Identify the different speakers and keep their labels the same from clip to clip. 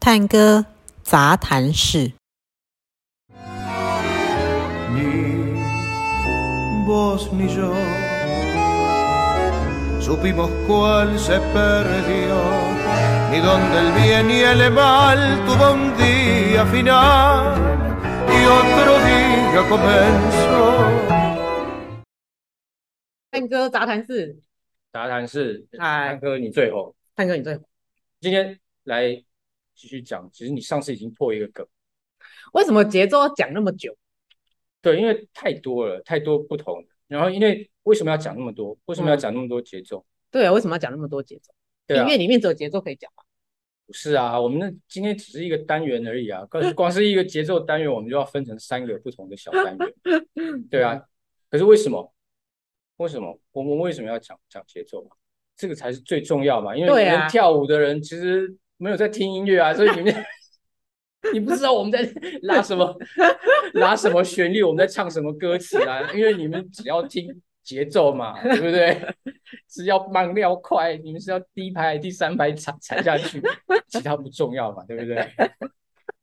Speaker 1: 探戈杂谈室。
Speaker 2: Ni vos ni yo supimos cuál se perdió, ni dónde el bien y el mal tuvo un día final y otro día comenzó.
Speaker 3: 探戈杂谈室，
Speaker 4: 杂谈室，
Speaker 3: 嗨
Speaker 4: 探哥你最红。
Speaker 3: 探戈你最红。
Speaker 4: 今天来继续讲，其实你上次已经破一个梗，
Speaker 3: 为什么节奏要讲那么久？
Speaker 4: 对，因为太多了，太多不同。然后因为为什么要讲那么多？为什么要
Speaker 3: 嗯
Speaker 4: 讲那么多节奏？
Speaker 3: 对，啊为什么要讲那么多节奏？
Speaker 4: 对
Speaker 3: 音
Speaker 4: 啊，
Speaker 3: 乐里面只有节奏可以讲嘛？
Speaker 4: 不是啊，我们那今天只是一个单元而已啊，光光是一个节奏单元，我们就要分成三个不同的小单元。对
Speaker 3: 嗯
Speaker 4: 啊，可是为什么？为什么我们为什么要讲讲节奏嘛？啊这个才是最重要嘛，因为
Speaker 3: 对
Speaker 4: 你
Speaker 3: 啊
Speaker 4: 们跳舞的人其实没有在听音乐啊，所以你们 你不知道我们在拉什么拉什么旋律，我们在唱什么歌词啊，因为你们只要听节奏嘛，对不对？是要慢要快，你们是要第一排、第三排踩踩下去，其他不重要嘛，对不对？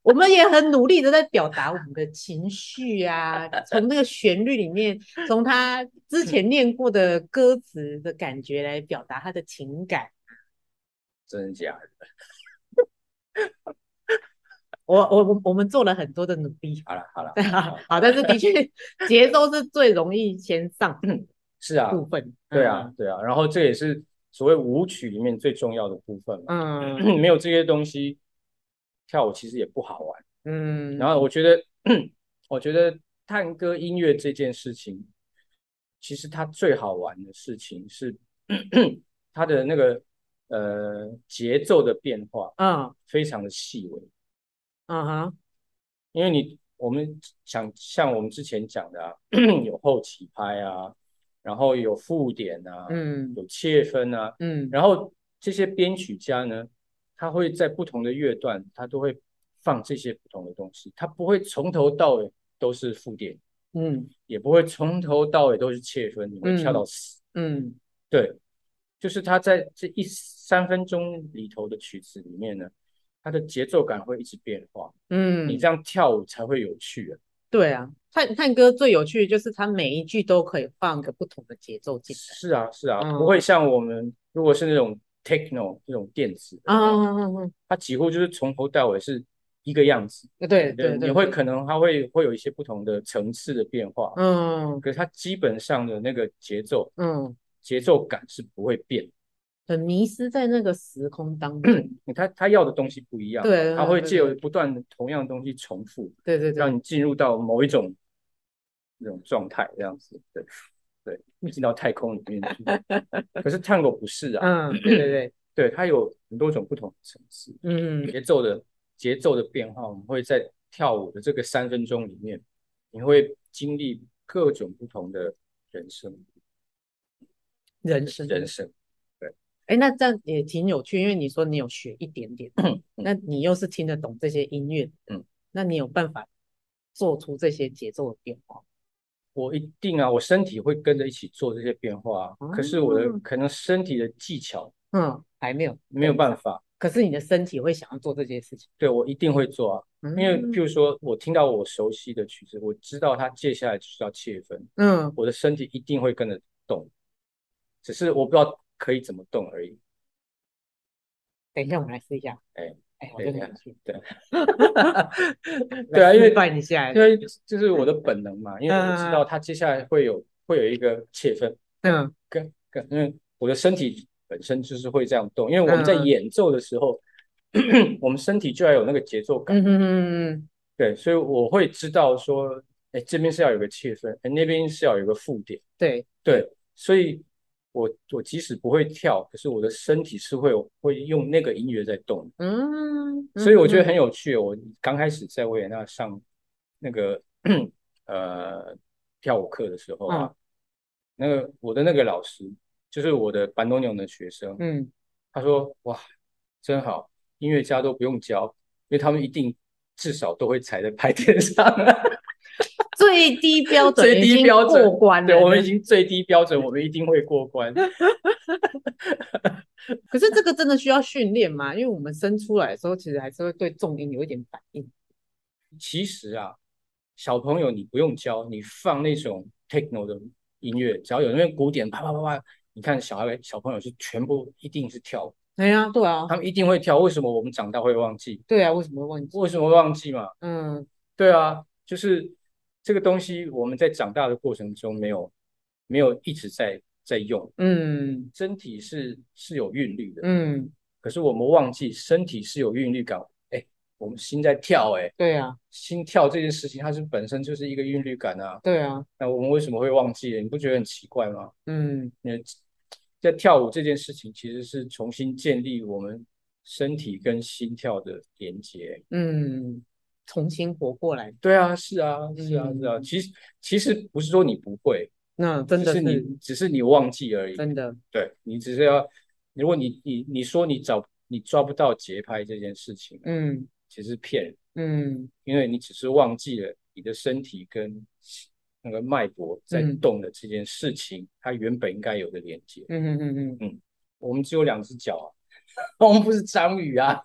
Speaker 3: 我们也很努力的在表达我们的情绪 啊，从那个旋律里面，从他之前念过的歌词的感觉来表达他的情感。
Speaker 4: 真的假的？
Speaker 3: 我我我我们做了很多的努力，
Speaker 4: 好了好了
Speaker 3: 对，啊，好，但是的确节奏是最容易先上的
Speaker 4: 是啊，
Speaker 3: 部分。
Speaker 4: 对啊，
Speaker 3: 嗯
Speaker 4: 对啊，然后这也是所谓舞曲里面最重要的部分嘛，
Speaker 3: 嗯，
Speaker 4: 没有这些东西，跳舞其实也不好玩。
Speaker 3: 嗯
Speaker 4: 然后我觉得， 我觉得探戈音乐这件事情，其实它最好玩的事情是 它的那个呃节奏的变化
Speaker 3: 嗯
Speaker 4: 非常的细微，
Speaker 3: 嗯哼，
Speaker 4: 因为你我们想像我们之前讲的啊， 有后起拍啊，然后有附点啊，
Speaker 3: 嗯
Speaker 4: 有切分啊，
Speaker 3: 嗯
Speaker 4: 然后这些编曲家呢，他会在不同的乐段，他都会放这些不同的东西，他不会从头到尾都是附点，
Speaker 3: 嗯
Speaker 4: 也不会从头到尾都是切分，你会跳到死。
Speaker 3: 嗯
Speaker 4: 对，就是他在这一三分钟里头的曲子里面呢，它的节奏感会一直变化，
Speaker 3: 嗯，
Speaker 4: 你这样跳舞才会有趣啊。
Speaker 3: 对啊，探探戈最有趣的就是它每一句都可以放个不同的节奏进来。
Speaker 4: 是啊，是啊，
Speaker 3: 嗯
Speaker 4: 不会像我们如果是那种 techno 这种电子的，
Speaker 3: 嗯嗯
Speaker 4: 它几乎就是从头到尾是一个样子。
Speaker 3: 嗯，对
Speaker 4: 对，
Speaker 3: 对
Speaker 4: 你
Speaker 3: 对，
Speaker 4: 会
Speaker 3: 对
Speaker 4: 可能它会会有一些不同的层次的变化，
Speaker 3: 嗯
Speaker 4: 可是它基本上的那个节奏
Speaker 3: 嗯，
Speaker 4: 节奏感是不会变，
Speaker 3: 很迷失在那个时空当 中。
Speaker 4: 它它要的东西不一样，
Speaker 3: 对
Speaker 4: 它会
Speaker 3: 对
Speaker 4: 借由
Speaker 3: 对
Speaker 4: 不断的同样的东西重复，
Speaker 3: 对对对，
Speaker 4: 让你进入到某一种那种状态这样子，对对，进到太空里面 去。可是探戈不是啊，
Speaker 3: 嗯对对对，
Speaker 4: 对，它有很多种不同的层次，
Speaker 3: 嗯
Speaker 4: 节奏的节奏的变化，我们会在跳舞的这个三分钟里面，你会经历各种不同的人生，
Speaker 3: 人生
Speaker 4: 人生。
Speaker 3: 哎，那这样也挺有趣，因为你说你有学一点点，那你又是听得懂这些音乐，
Speaker 4: 嗯，
Speaker 3: 那你有办法做出这些节奏的变化？
Speaker 4: 我一定啊，我身体会跟着一起做这些变化啊，可是我的
Speaker 3: 哦
Speaker 4: 可能身体的技巧
Speaker 3: 嗯，还没有，
Speaker 4: 没有办法，
Speaker 3: 可是你的身体会想要做这些事情，
Speaker 4: 对我一定会做啊，
Speaker 3: 因
Speaker 4: 因为譬如说我听到我熟悉的曲子，我知道它接下来就是要切分，
Speaker 3: 嗯
Speaker 4: 我的身体一定会跟着动，只是我不知道可以怎么动而已。
Speaker 3: 等一下，我们来试一下。
Speaker 4: 哎
Speaker 3: 哎，我就很
Speaker 4: 对
Speaker 3: 有兴趣。
Speaker 4: 对
Speaker 3: 来
Speaker 4: 对啊因为
Speaker 3: 示范一下。
Speaker 4: 因为这是我的本能嘛，因为我知道它接下来会有会有一个切分，
Speaker 3: 嗯
Speaker 4: 跟跟因为我的身体本身就是会这样动，因为我们在
Speaker 3: 嗯
Speaker 4: 演奏的时候， 我们身体就要有那个节奏感，
Speaker 3: 嗯哼哼
Speaker 4: 对，所以我会知道说，哎，这边是要有个切分，哎，那边是要有个附点，
Speaker 3: 对，
Speaker 4: 对，所以我我即使不会跳，可是我的身体是会有会用那个音乐在动的。
Speaker 3: 嗯，
Speaker 4: 所以我觉得很有趣。我刚开始在维也纳上那个呃跳舞课的时候啊，
Speaker 3: 嗯
Speaker 4: 那个我的那个老师就是我的班多纽的学生，
Speaker 3: 嗯
Speaker 4: 他说：“哇，真好，音乐家都不用教，因为他们一定至少都会踩在拍垫上。啊
Speaker 3: 最低标准
Speaker 4: 最
Speaker 3: 已
Speaker 4: 低
Speaker 3: 经
Speaker 4: 标准
Speaker 3: 过关
Speaker 4: 对，
Speaker 3: 了
Speaker 4: 我们已经最低标准，我们一定会过关。”
Speaker 3: 可是这个真的需要训练吗？因为我们生出来的时候，其实还是会对重音有一点反应。
Speaker 4: 其实啊，小朋友你不用教，你放那种 techno 的音乐，只要有那边鼓点啪啪啪啪，你看小孩小朋友是全部一定是跳舞，
Speaker 3: 哎呀，对啊，
Speaker 4: 他们一定会跳。为什么我们长大会忘记？
Speaker 3: 对啊，为什么会忘记？
Speaker 4: 为什么会忘记嘛？
Speaker 3: 嗯，
Speaker 4: 对啊，就是这个东西我们在长大的过程中没有没有一直在在用，
Speaker 3: 嗯
Speaker 4: 身体是是有韵律的，
Speaker 3: 嗯，
Speaker 4: 可是我们忘记身体是有韵律感。哎，我们心在跳，哎，
Speaker 3: 对啊，
Speaker 4: 心跳这件事情它是本身就是一个韵律感啊。
Speaker 3: 对啊，
Speaker 4: 那我们为什么会忘记？你不觉得很奇怪吗？
Speaker 3: 嗯
Speaker 4: 那在跳舞这件事情，其实是重新建立我们身体跟心跳的连接。
Speaker 3: 嗯，重新活过来，
Speaker 4: 对啊，是啊，是啊，
Speaker 3: 嗯
Speaker 4: 是啊。其实其实不是说你不会，
Speaker 3: 那真
Speaker 4: 只
Speaker 3: 的是
Speaker 4: 是你只是你忘记而已。
Speaker 3: 真的，
Speaker 4: 对你只是要，如果你你你说你找你抓不到节拍这件事情，
Speaker 3: 嗯
Speaker 4: 其实是骗人，
Speaker 3: 嗯
Speaker 4: 因为你只是忘记了你的身体跟那个脉搏在
Speaker 3: 嗯
Speaker 4: 动的这件事情，它原本应该有的连接
Speaker 3: 嗯。嗯嗯嗯，
Speaker 4: 我们只有两只脚啊， 我们不是章鱼啊，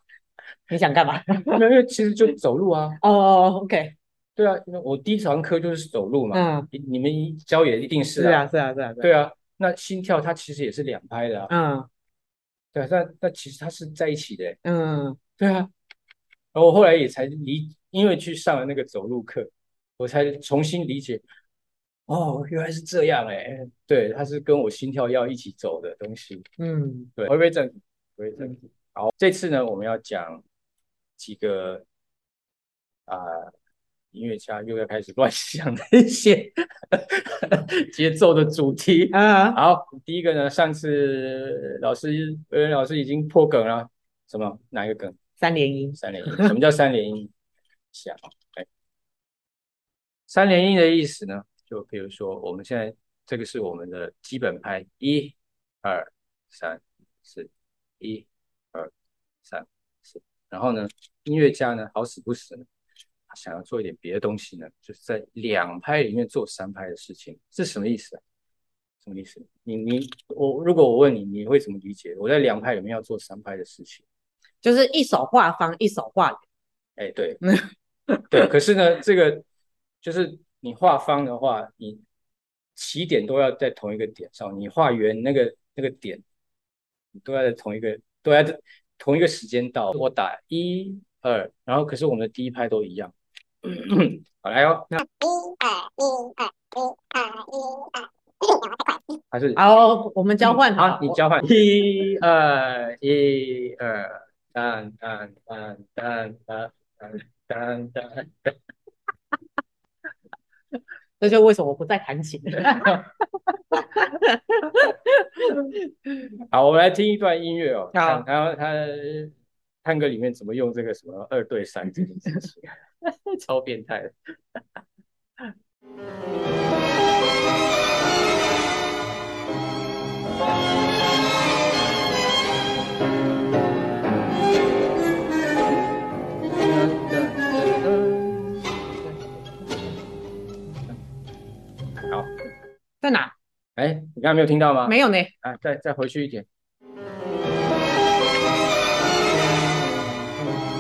Speaker 3: 你想干嘛？
Speaker 4: 那因为其实就走路啊，
Speaker 3: 哦，OK，
Speaker 4: 对啊，因为我第一堂课就是走路嘛，
Speaker 3: 嗯，
Speaker 4: 你你们一教也一定是
Speaker 3: 是
Speaker 4: 啊，
Speaker 3: 啊是啊是啊，
Speaker 4: 对啊，那心跳它其实也是两拍的啊，
Speaker 3: 啊，
Speaker 4: 对啊，那那其实它是在一起的欸，
Speaker 3: 嗯嗯，
Speaker 4: 对啊，然后我后来也才理，因为去上了那个走路课，我才重新理解，哦，原来是这样哎，对，它是跟我心跳要一起走的东西，
Speaker 3: 嗯
Speaker 4: 对，回归正题，回归正题。好，这次呢，我们要讲几个啊、音乐家又要开始乱想的一些 节奏的主题。
Speaker 3: 啊，
Speaker 4: 好，第一个呢，上次老师呃老师已经破梗了，什么哪一个梗？
Speaker 3: 三连音，
Speaker 4: 三连音？什么叫三连音？ 想，哎，三连音的意思呢，就比如说我们现在这个是我们的基本拍，一、二、三、四，一、二、三、四。然后呢，音乐家呢，好死不死呢，他想要做一点别的东西呢，就是在两拍里面做三拍的事情，这是什么意思啊？什么意思？你你我，如果我问你，你会怎么理解？我在两拍里面要做三拍的事情？
Speaker 3: 就是一手画方，一手画圆，，
Speaker 4: 哎，对对。可是呢，这个就是你画方的话，你起点都要在同一个点上；你画圆那个那个点，你都要在同一个都要在同一个时间到。我打一二，然后可是我们的第一拍都一样。好，来哦，还是
Speaker 3: 好，我们交换好
Speaker 4: 嗯好
Speaker 3: 了，，
Speaker 4: 你交换一二一二，当当当当当当当当。
Speaker 3: 这就为什么我不再弹琴。
Speaker 4: 好，我们来听一段音乐哦，
Speaker 3: 好
Speaker 4: 看然后他探戈里面怎么用这个什么二对三这件事情，超变态的。好，
Speaker 3: 在哪？
Speaker 4: 哎，你刚才没有听到吗？
Speaker 3: 没有呢。
Speaker 4: 啊，再再回去一点。
Speaker 3: 嗯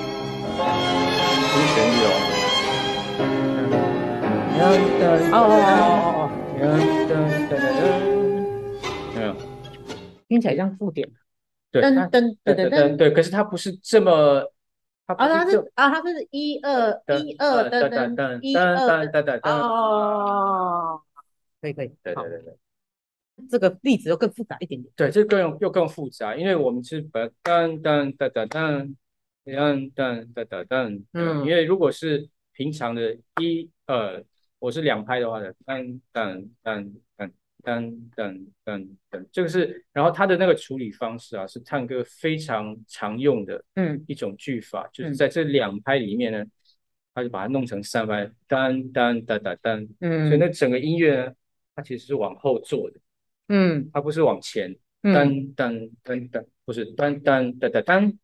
Speaker 4: 听旋律
Speaker 3: 哦哦哦
Speaker 4: 哦。
Speaker 3: 哦哦，
Speaker 4: 没有，
Speaker 3: 听起来像附点。
Speaker 4: 对，
Speaker 3: 噔
Speaker 4: 它
Speaker 3: 噔
Speaker 4: 对
Speaker 3: 噔
Speaker 4: 对
Speaker 3: 噔
Speaker 4: 对
Speaker 3: 噔。
Speaker 4: 对，可是它不是这么，它不
Speaker 3: 啊，它
Speaker 4: 是这么
Speaker 3: 是啊，它是一二一二噔噔一二。
Speaker 4: 噔噔噔，
Speaker 3: 哦，可以可以，
Speaker 4: 对
Speaker 3: 好
Speaker 4: 对，对对。
Speaker 3: 这个例子又更复杂一点点。
Speaker 4: 对，这更又更复杂，因为我们是把噔噔噔噔噔噔噔噔噔噔，
Speaker 3: 嗯
Speaker 4: 因为如果是平常的一二，我是两拍的话的，噔噔噔噔噔噔噔噔，这个是，然后它的那个处理方式啊，是探戈非常常用的
Speaker 3: 嗯
Speaker 4: 一种句法，就是
Speaker 3: 嗯
Speaker 4: 在这两拍里面呢，它就把它弄成三拍，噔噔噔噔噔，所以
Speaker 3: 嗯
Speaker 4: 那整个音乐呢，它其实是往后做的，
Speaker 3: 嗯
Speaker 4: 它不是往前。
Speaker 3: 嗯
Speaker 4: 噔噔噔噔，不是噔噔噔噔噔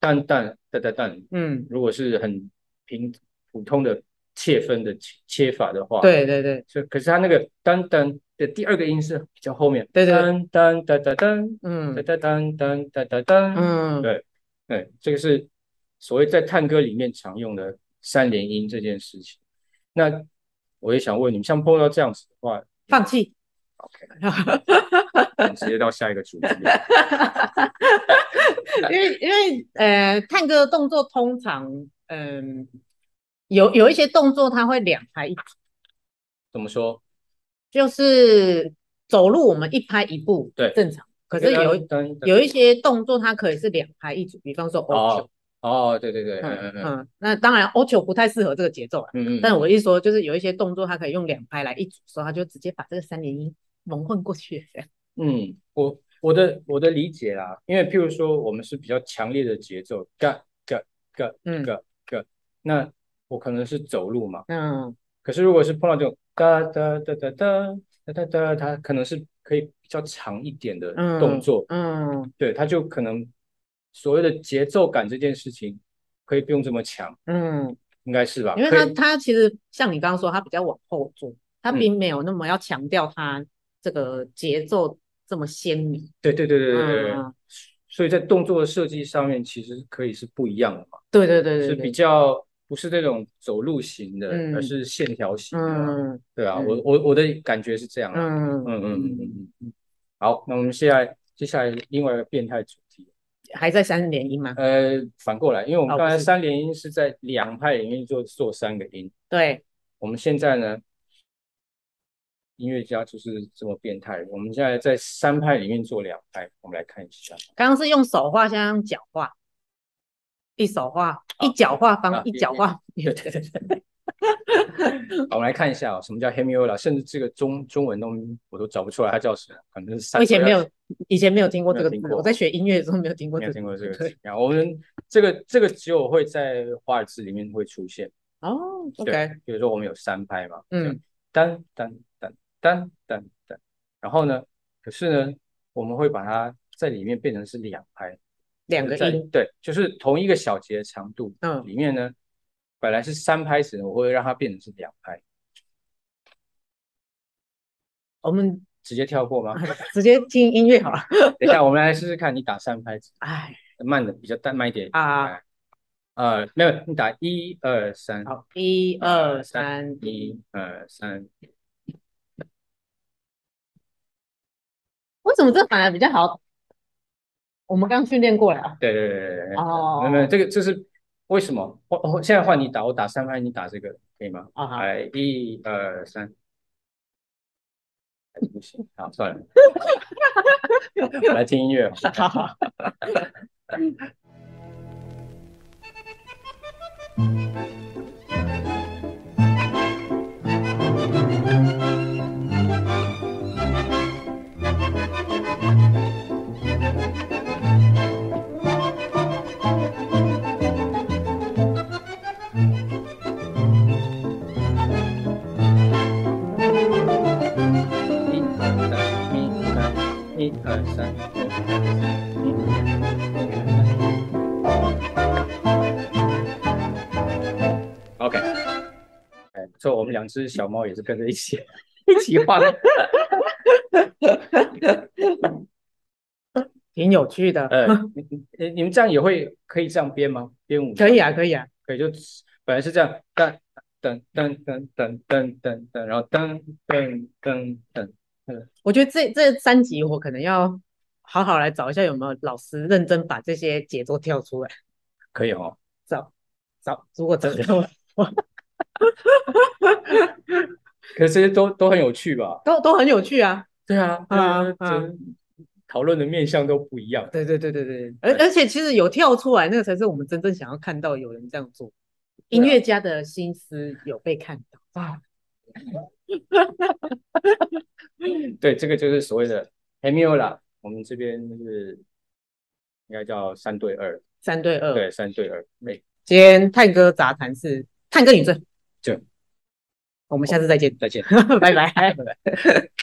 Speaker 4: 噔噔噔噔噔。
Speaker 3: 嗯
Speaker 4: 如果是很平普通的切分的切切法的话，
Speaker 3: 对对对，
Speaker 4: 所以可是它那个噔噔的第二个音是比较后面，
Speaker 3: 对对
Speaker 4: 噔噔噔噔噔
Speaker 3: 嗯
Speaker 4: 噔噔噔噔噔噔噔，
Speaker 3: 嗯，
Speaker 4: 对对，哎这个是所谓在探戈里面常用的三连音这件事情。那我也想问你们，像碰到这样子的话
Speaker 3: 放弃。
Speaker 4: ，OK，我们直接到下一个主题了。
Speaker 3: 因为因为呃，探戈的动作通常嗯、有有一些动作它会两拍一起，
Speaker 4: 怎么说？
Speaker 3: 就是走路我们一拍一步，
Speaker 4: 对
Speaker 3: 正常。可是有一
Speaker 4: 噔噔
Speaker 3: 有一些动作它可以是两拍一组，比方说欧
Speaker 4: 哦
Speaker 3: 球，
Speaker 4: 哦，对对对，嗯
Speaker 3: 嗯
Speaker 4: 嗯嗯
Speaker 3: 嗯，那当然欧球不太适合这个节奏啦。
Speaker 4: 嗯嗯，
Speaker 3: 但我一说就是有一些动作它可以用两拍来一组，所以它就直接把这个三连音蒙混过去。
Speaker 4: 嗯，我我的我的理解啦，因为譬如说我们是比较强烈的节奏，嘎嘎嘎
Speaker 3: 嗯
Speaker 4: 嘎嘎，那我可能是走路嘛，
Speaker 3: 嗯，
Speaker 4: 可是如果是碰到这种哒哒哒哒哒哒哒哒，它可能是可以比较长一点的动作，
Speaker 3: 嗯
Speaker 4: 对，它就可能所谓的节奏感这件事情可以不用这么强，
Speaker 3: 嗯，
Speaker 4: 应该是吧？
Speaker 3: 因为
Speaker 4: 啊可
Speaker 3: 它
Speaker 4: 以
Speaker 3: 它其实像你刚刚说，它比较往后做，它
Speaker 4: 嗯
Speaker 3: 并没有那么要强调它这个节奏这么鲜明。
Speaker 4: 对对对对对对对，
Speaker 3: 嗯嗯
Speaker 4: 所以在动作的设计上面其实可以是不一样的嘛。
Speaker 3: 对对对
Speaker 4: 是
Speaker 3: 对
Speaker 4: 比
Speaker 3: 对，
Speaker 4: 较不是那种走路型的，
Speaker 3: 嗯
Speaker 4: 而是线条型的嘛，
Speaker 3: 嗯
Speaker 4: 对啊，
Speaker 3: 嗯
Speaker 4: 我我我的感觉是这样啊，
Speaker 3: 嗯
Speaker 4: 嗯嗯嗯嗯
Speaker 3: 嗯，
Speaker 4: 嗯嗯。好，那我们现在接下来另外一个变态主题，
Speaker 3: 还在三连音吗？
Speaker 4: 呃，反过来，因为我们
Speaker 3: 哦
Speaker 4: 刚才
Speaker 3: 不是
Speaker 4: 三连音是在两派里面做做三个音，
Speaker 3: 对，
Speaker 4: 我们现在呢，音乐家就是这么变态，我们现在在三派里面做两派，我们来看一下
Speaker 3: 刚刚是用手画，现在用脚画，一手画，一脚画
Speaker 4: 啊
Speaker 3: 方，一脚画，
Speaker 4: 对对对对。 好，我们来看一下哦，什么叫 Hemiola，甚至这个中中文都我都找不出来，它叫什么？可能是
Speaker 3: 我以前没有，以前没有听过
Speaker 4: 没
Speaker 3: 这
Speaker 4: 有
Speaker 3: 个
Speaker 4: 听
Speaker 3: 字，
Speaker 4: 过
Speaker 3: 我在学音乐的时候没有听过
Speaker 4: 没
Speaker 3: 这
Speaker 4: 有
Speaker 3: 个
Speaker 4: 听
Speaker 3: 字。
Speaker 4: 过这个
Speaker 3: 对
Speaker 4: 词。然后我们这个这个只有会在华尔兹里面会出现。
Speaker 3: 哦
Speaker 4: 对
Speaker 3: ，OK，，
Speaker 4: 比如说我们有三拍嘛，
Speaker 3: 嗯
Speaker 4: 这样，单单单单单单，然后呢，可是呢，我们会把它在里面变成是两拍，
Speaker 3: 两个
Speaker 4: 在
Speaker 3: 音，
Speaker 4: 对，就是同一个小节的长度，
Speaker 3: 嗯
Speaker 4: 里面呢，本来是三拍子，我会让它变成是两拍，
Speaker 3: 我们啊
Speaker 4: 直接跳过吗？
Speaker 3: 直接听音乐好了。
Speaker 4: 等一下，我们来试试看，你打三拍子，
Speaker 3: 哎，
Speaker 4: 慢的比较慢慢一点
Speaker 3: 啊，
Speaker 4: 来呃，没有，你打一二三，
Speaker 3: 好，一二三，
Speaker 4: 一二三，
Speaker 3: 为什么这反而比较好？我们刚训练过了啊。
Speaker 4: 对对对对对，
Speaker 3: 哦
Speaker 4: 没有没有，这个这是为什么？我我现在换你打，我打三拍，你打这个可以吗？
Speaker 3: 啊好
Speaker 4: 来，一二三，哎不行，好，算了，我来听音乐吧。
Speaker 3: 好好，好
Speaker 4: 一二三，一三，一二三，一二三。OK，哎，不错，我们两只小猫也是跟着一起 一起画的。
Speaker 3: 挺有趣的。
Speaker 4: 呃，你你你们这样也会可以这样编吗？编舞吗
Speaker 3: 可以啊，，可以啊。
Speaker 4: 可以就本来是这样，噔噔噔噔噔噔噔噔，然后噔噔噔噔，
Speaker 3: 我觉得这这三集我可能要好好来找一下有没有老师认真把这些节奏跳出来。
Speaker 4: 可以哦。
Speaker 3: 找找，如果找 到了
Speaker 4: 可是这些都都很有趣吧？
Speaker 3: 都都很有趣啊。
Speaker 4: 对啊，
Speaker 3: 啊
Speaker 4: 就是
Speaker 3: 啊
Speaker 4: 就是讨论的面向都不一样。
Speaker 3: 对对对对对，而而且其实有跳出来，那个才是我们真正想要看到有人这样做。音乐家的心思有被看到啊，
Speaker 4: 对，这个就是所谓的 Hemiola，我们这边就是应该叫三对二，
Speaker 3: 三对二。
Speaker 4: 对，三对二。哎，
Speaker 3: 今天探戈杂谈是探戈女生，
Speaker 4: 就
Speaker 3: 我们下次再见，
Speaker 4: 再见。
Speaker 3: 拜拜。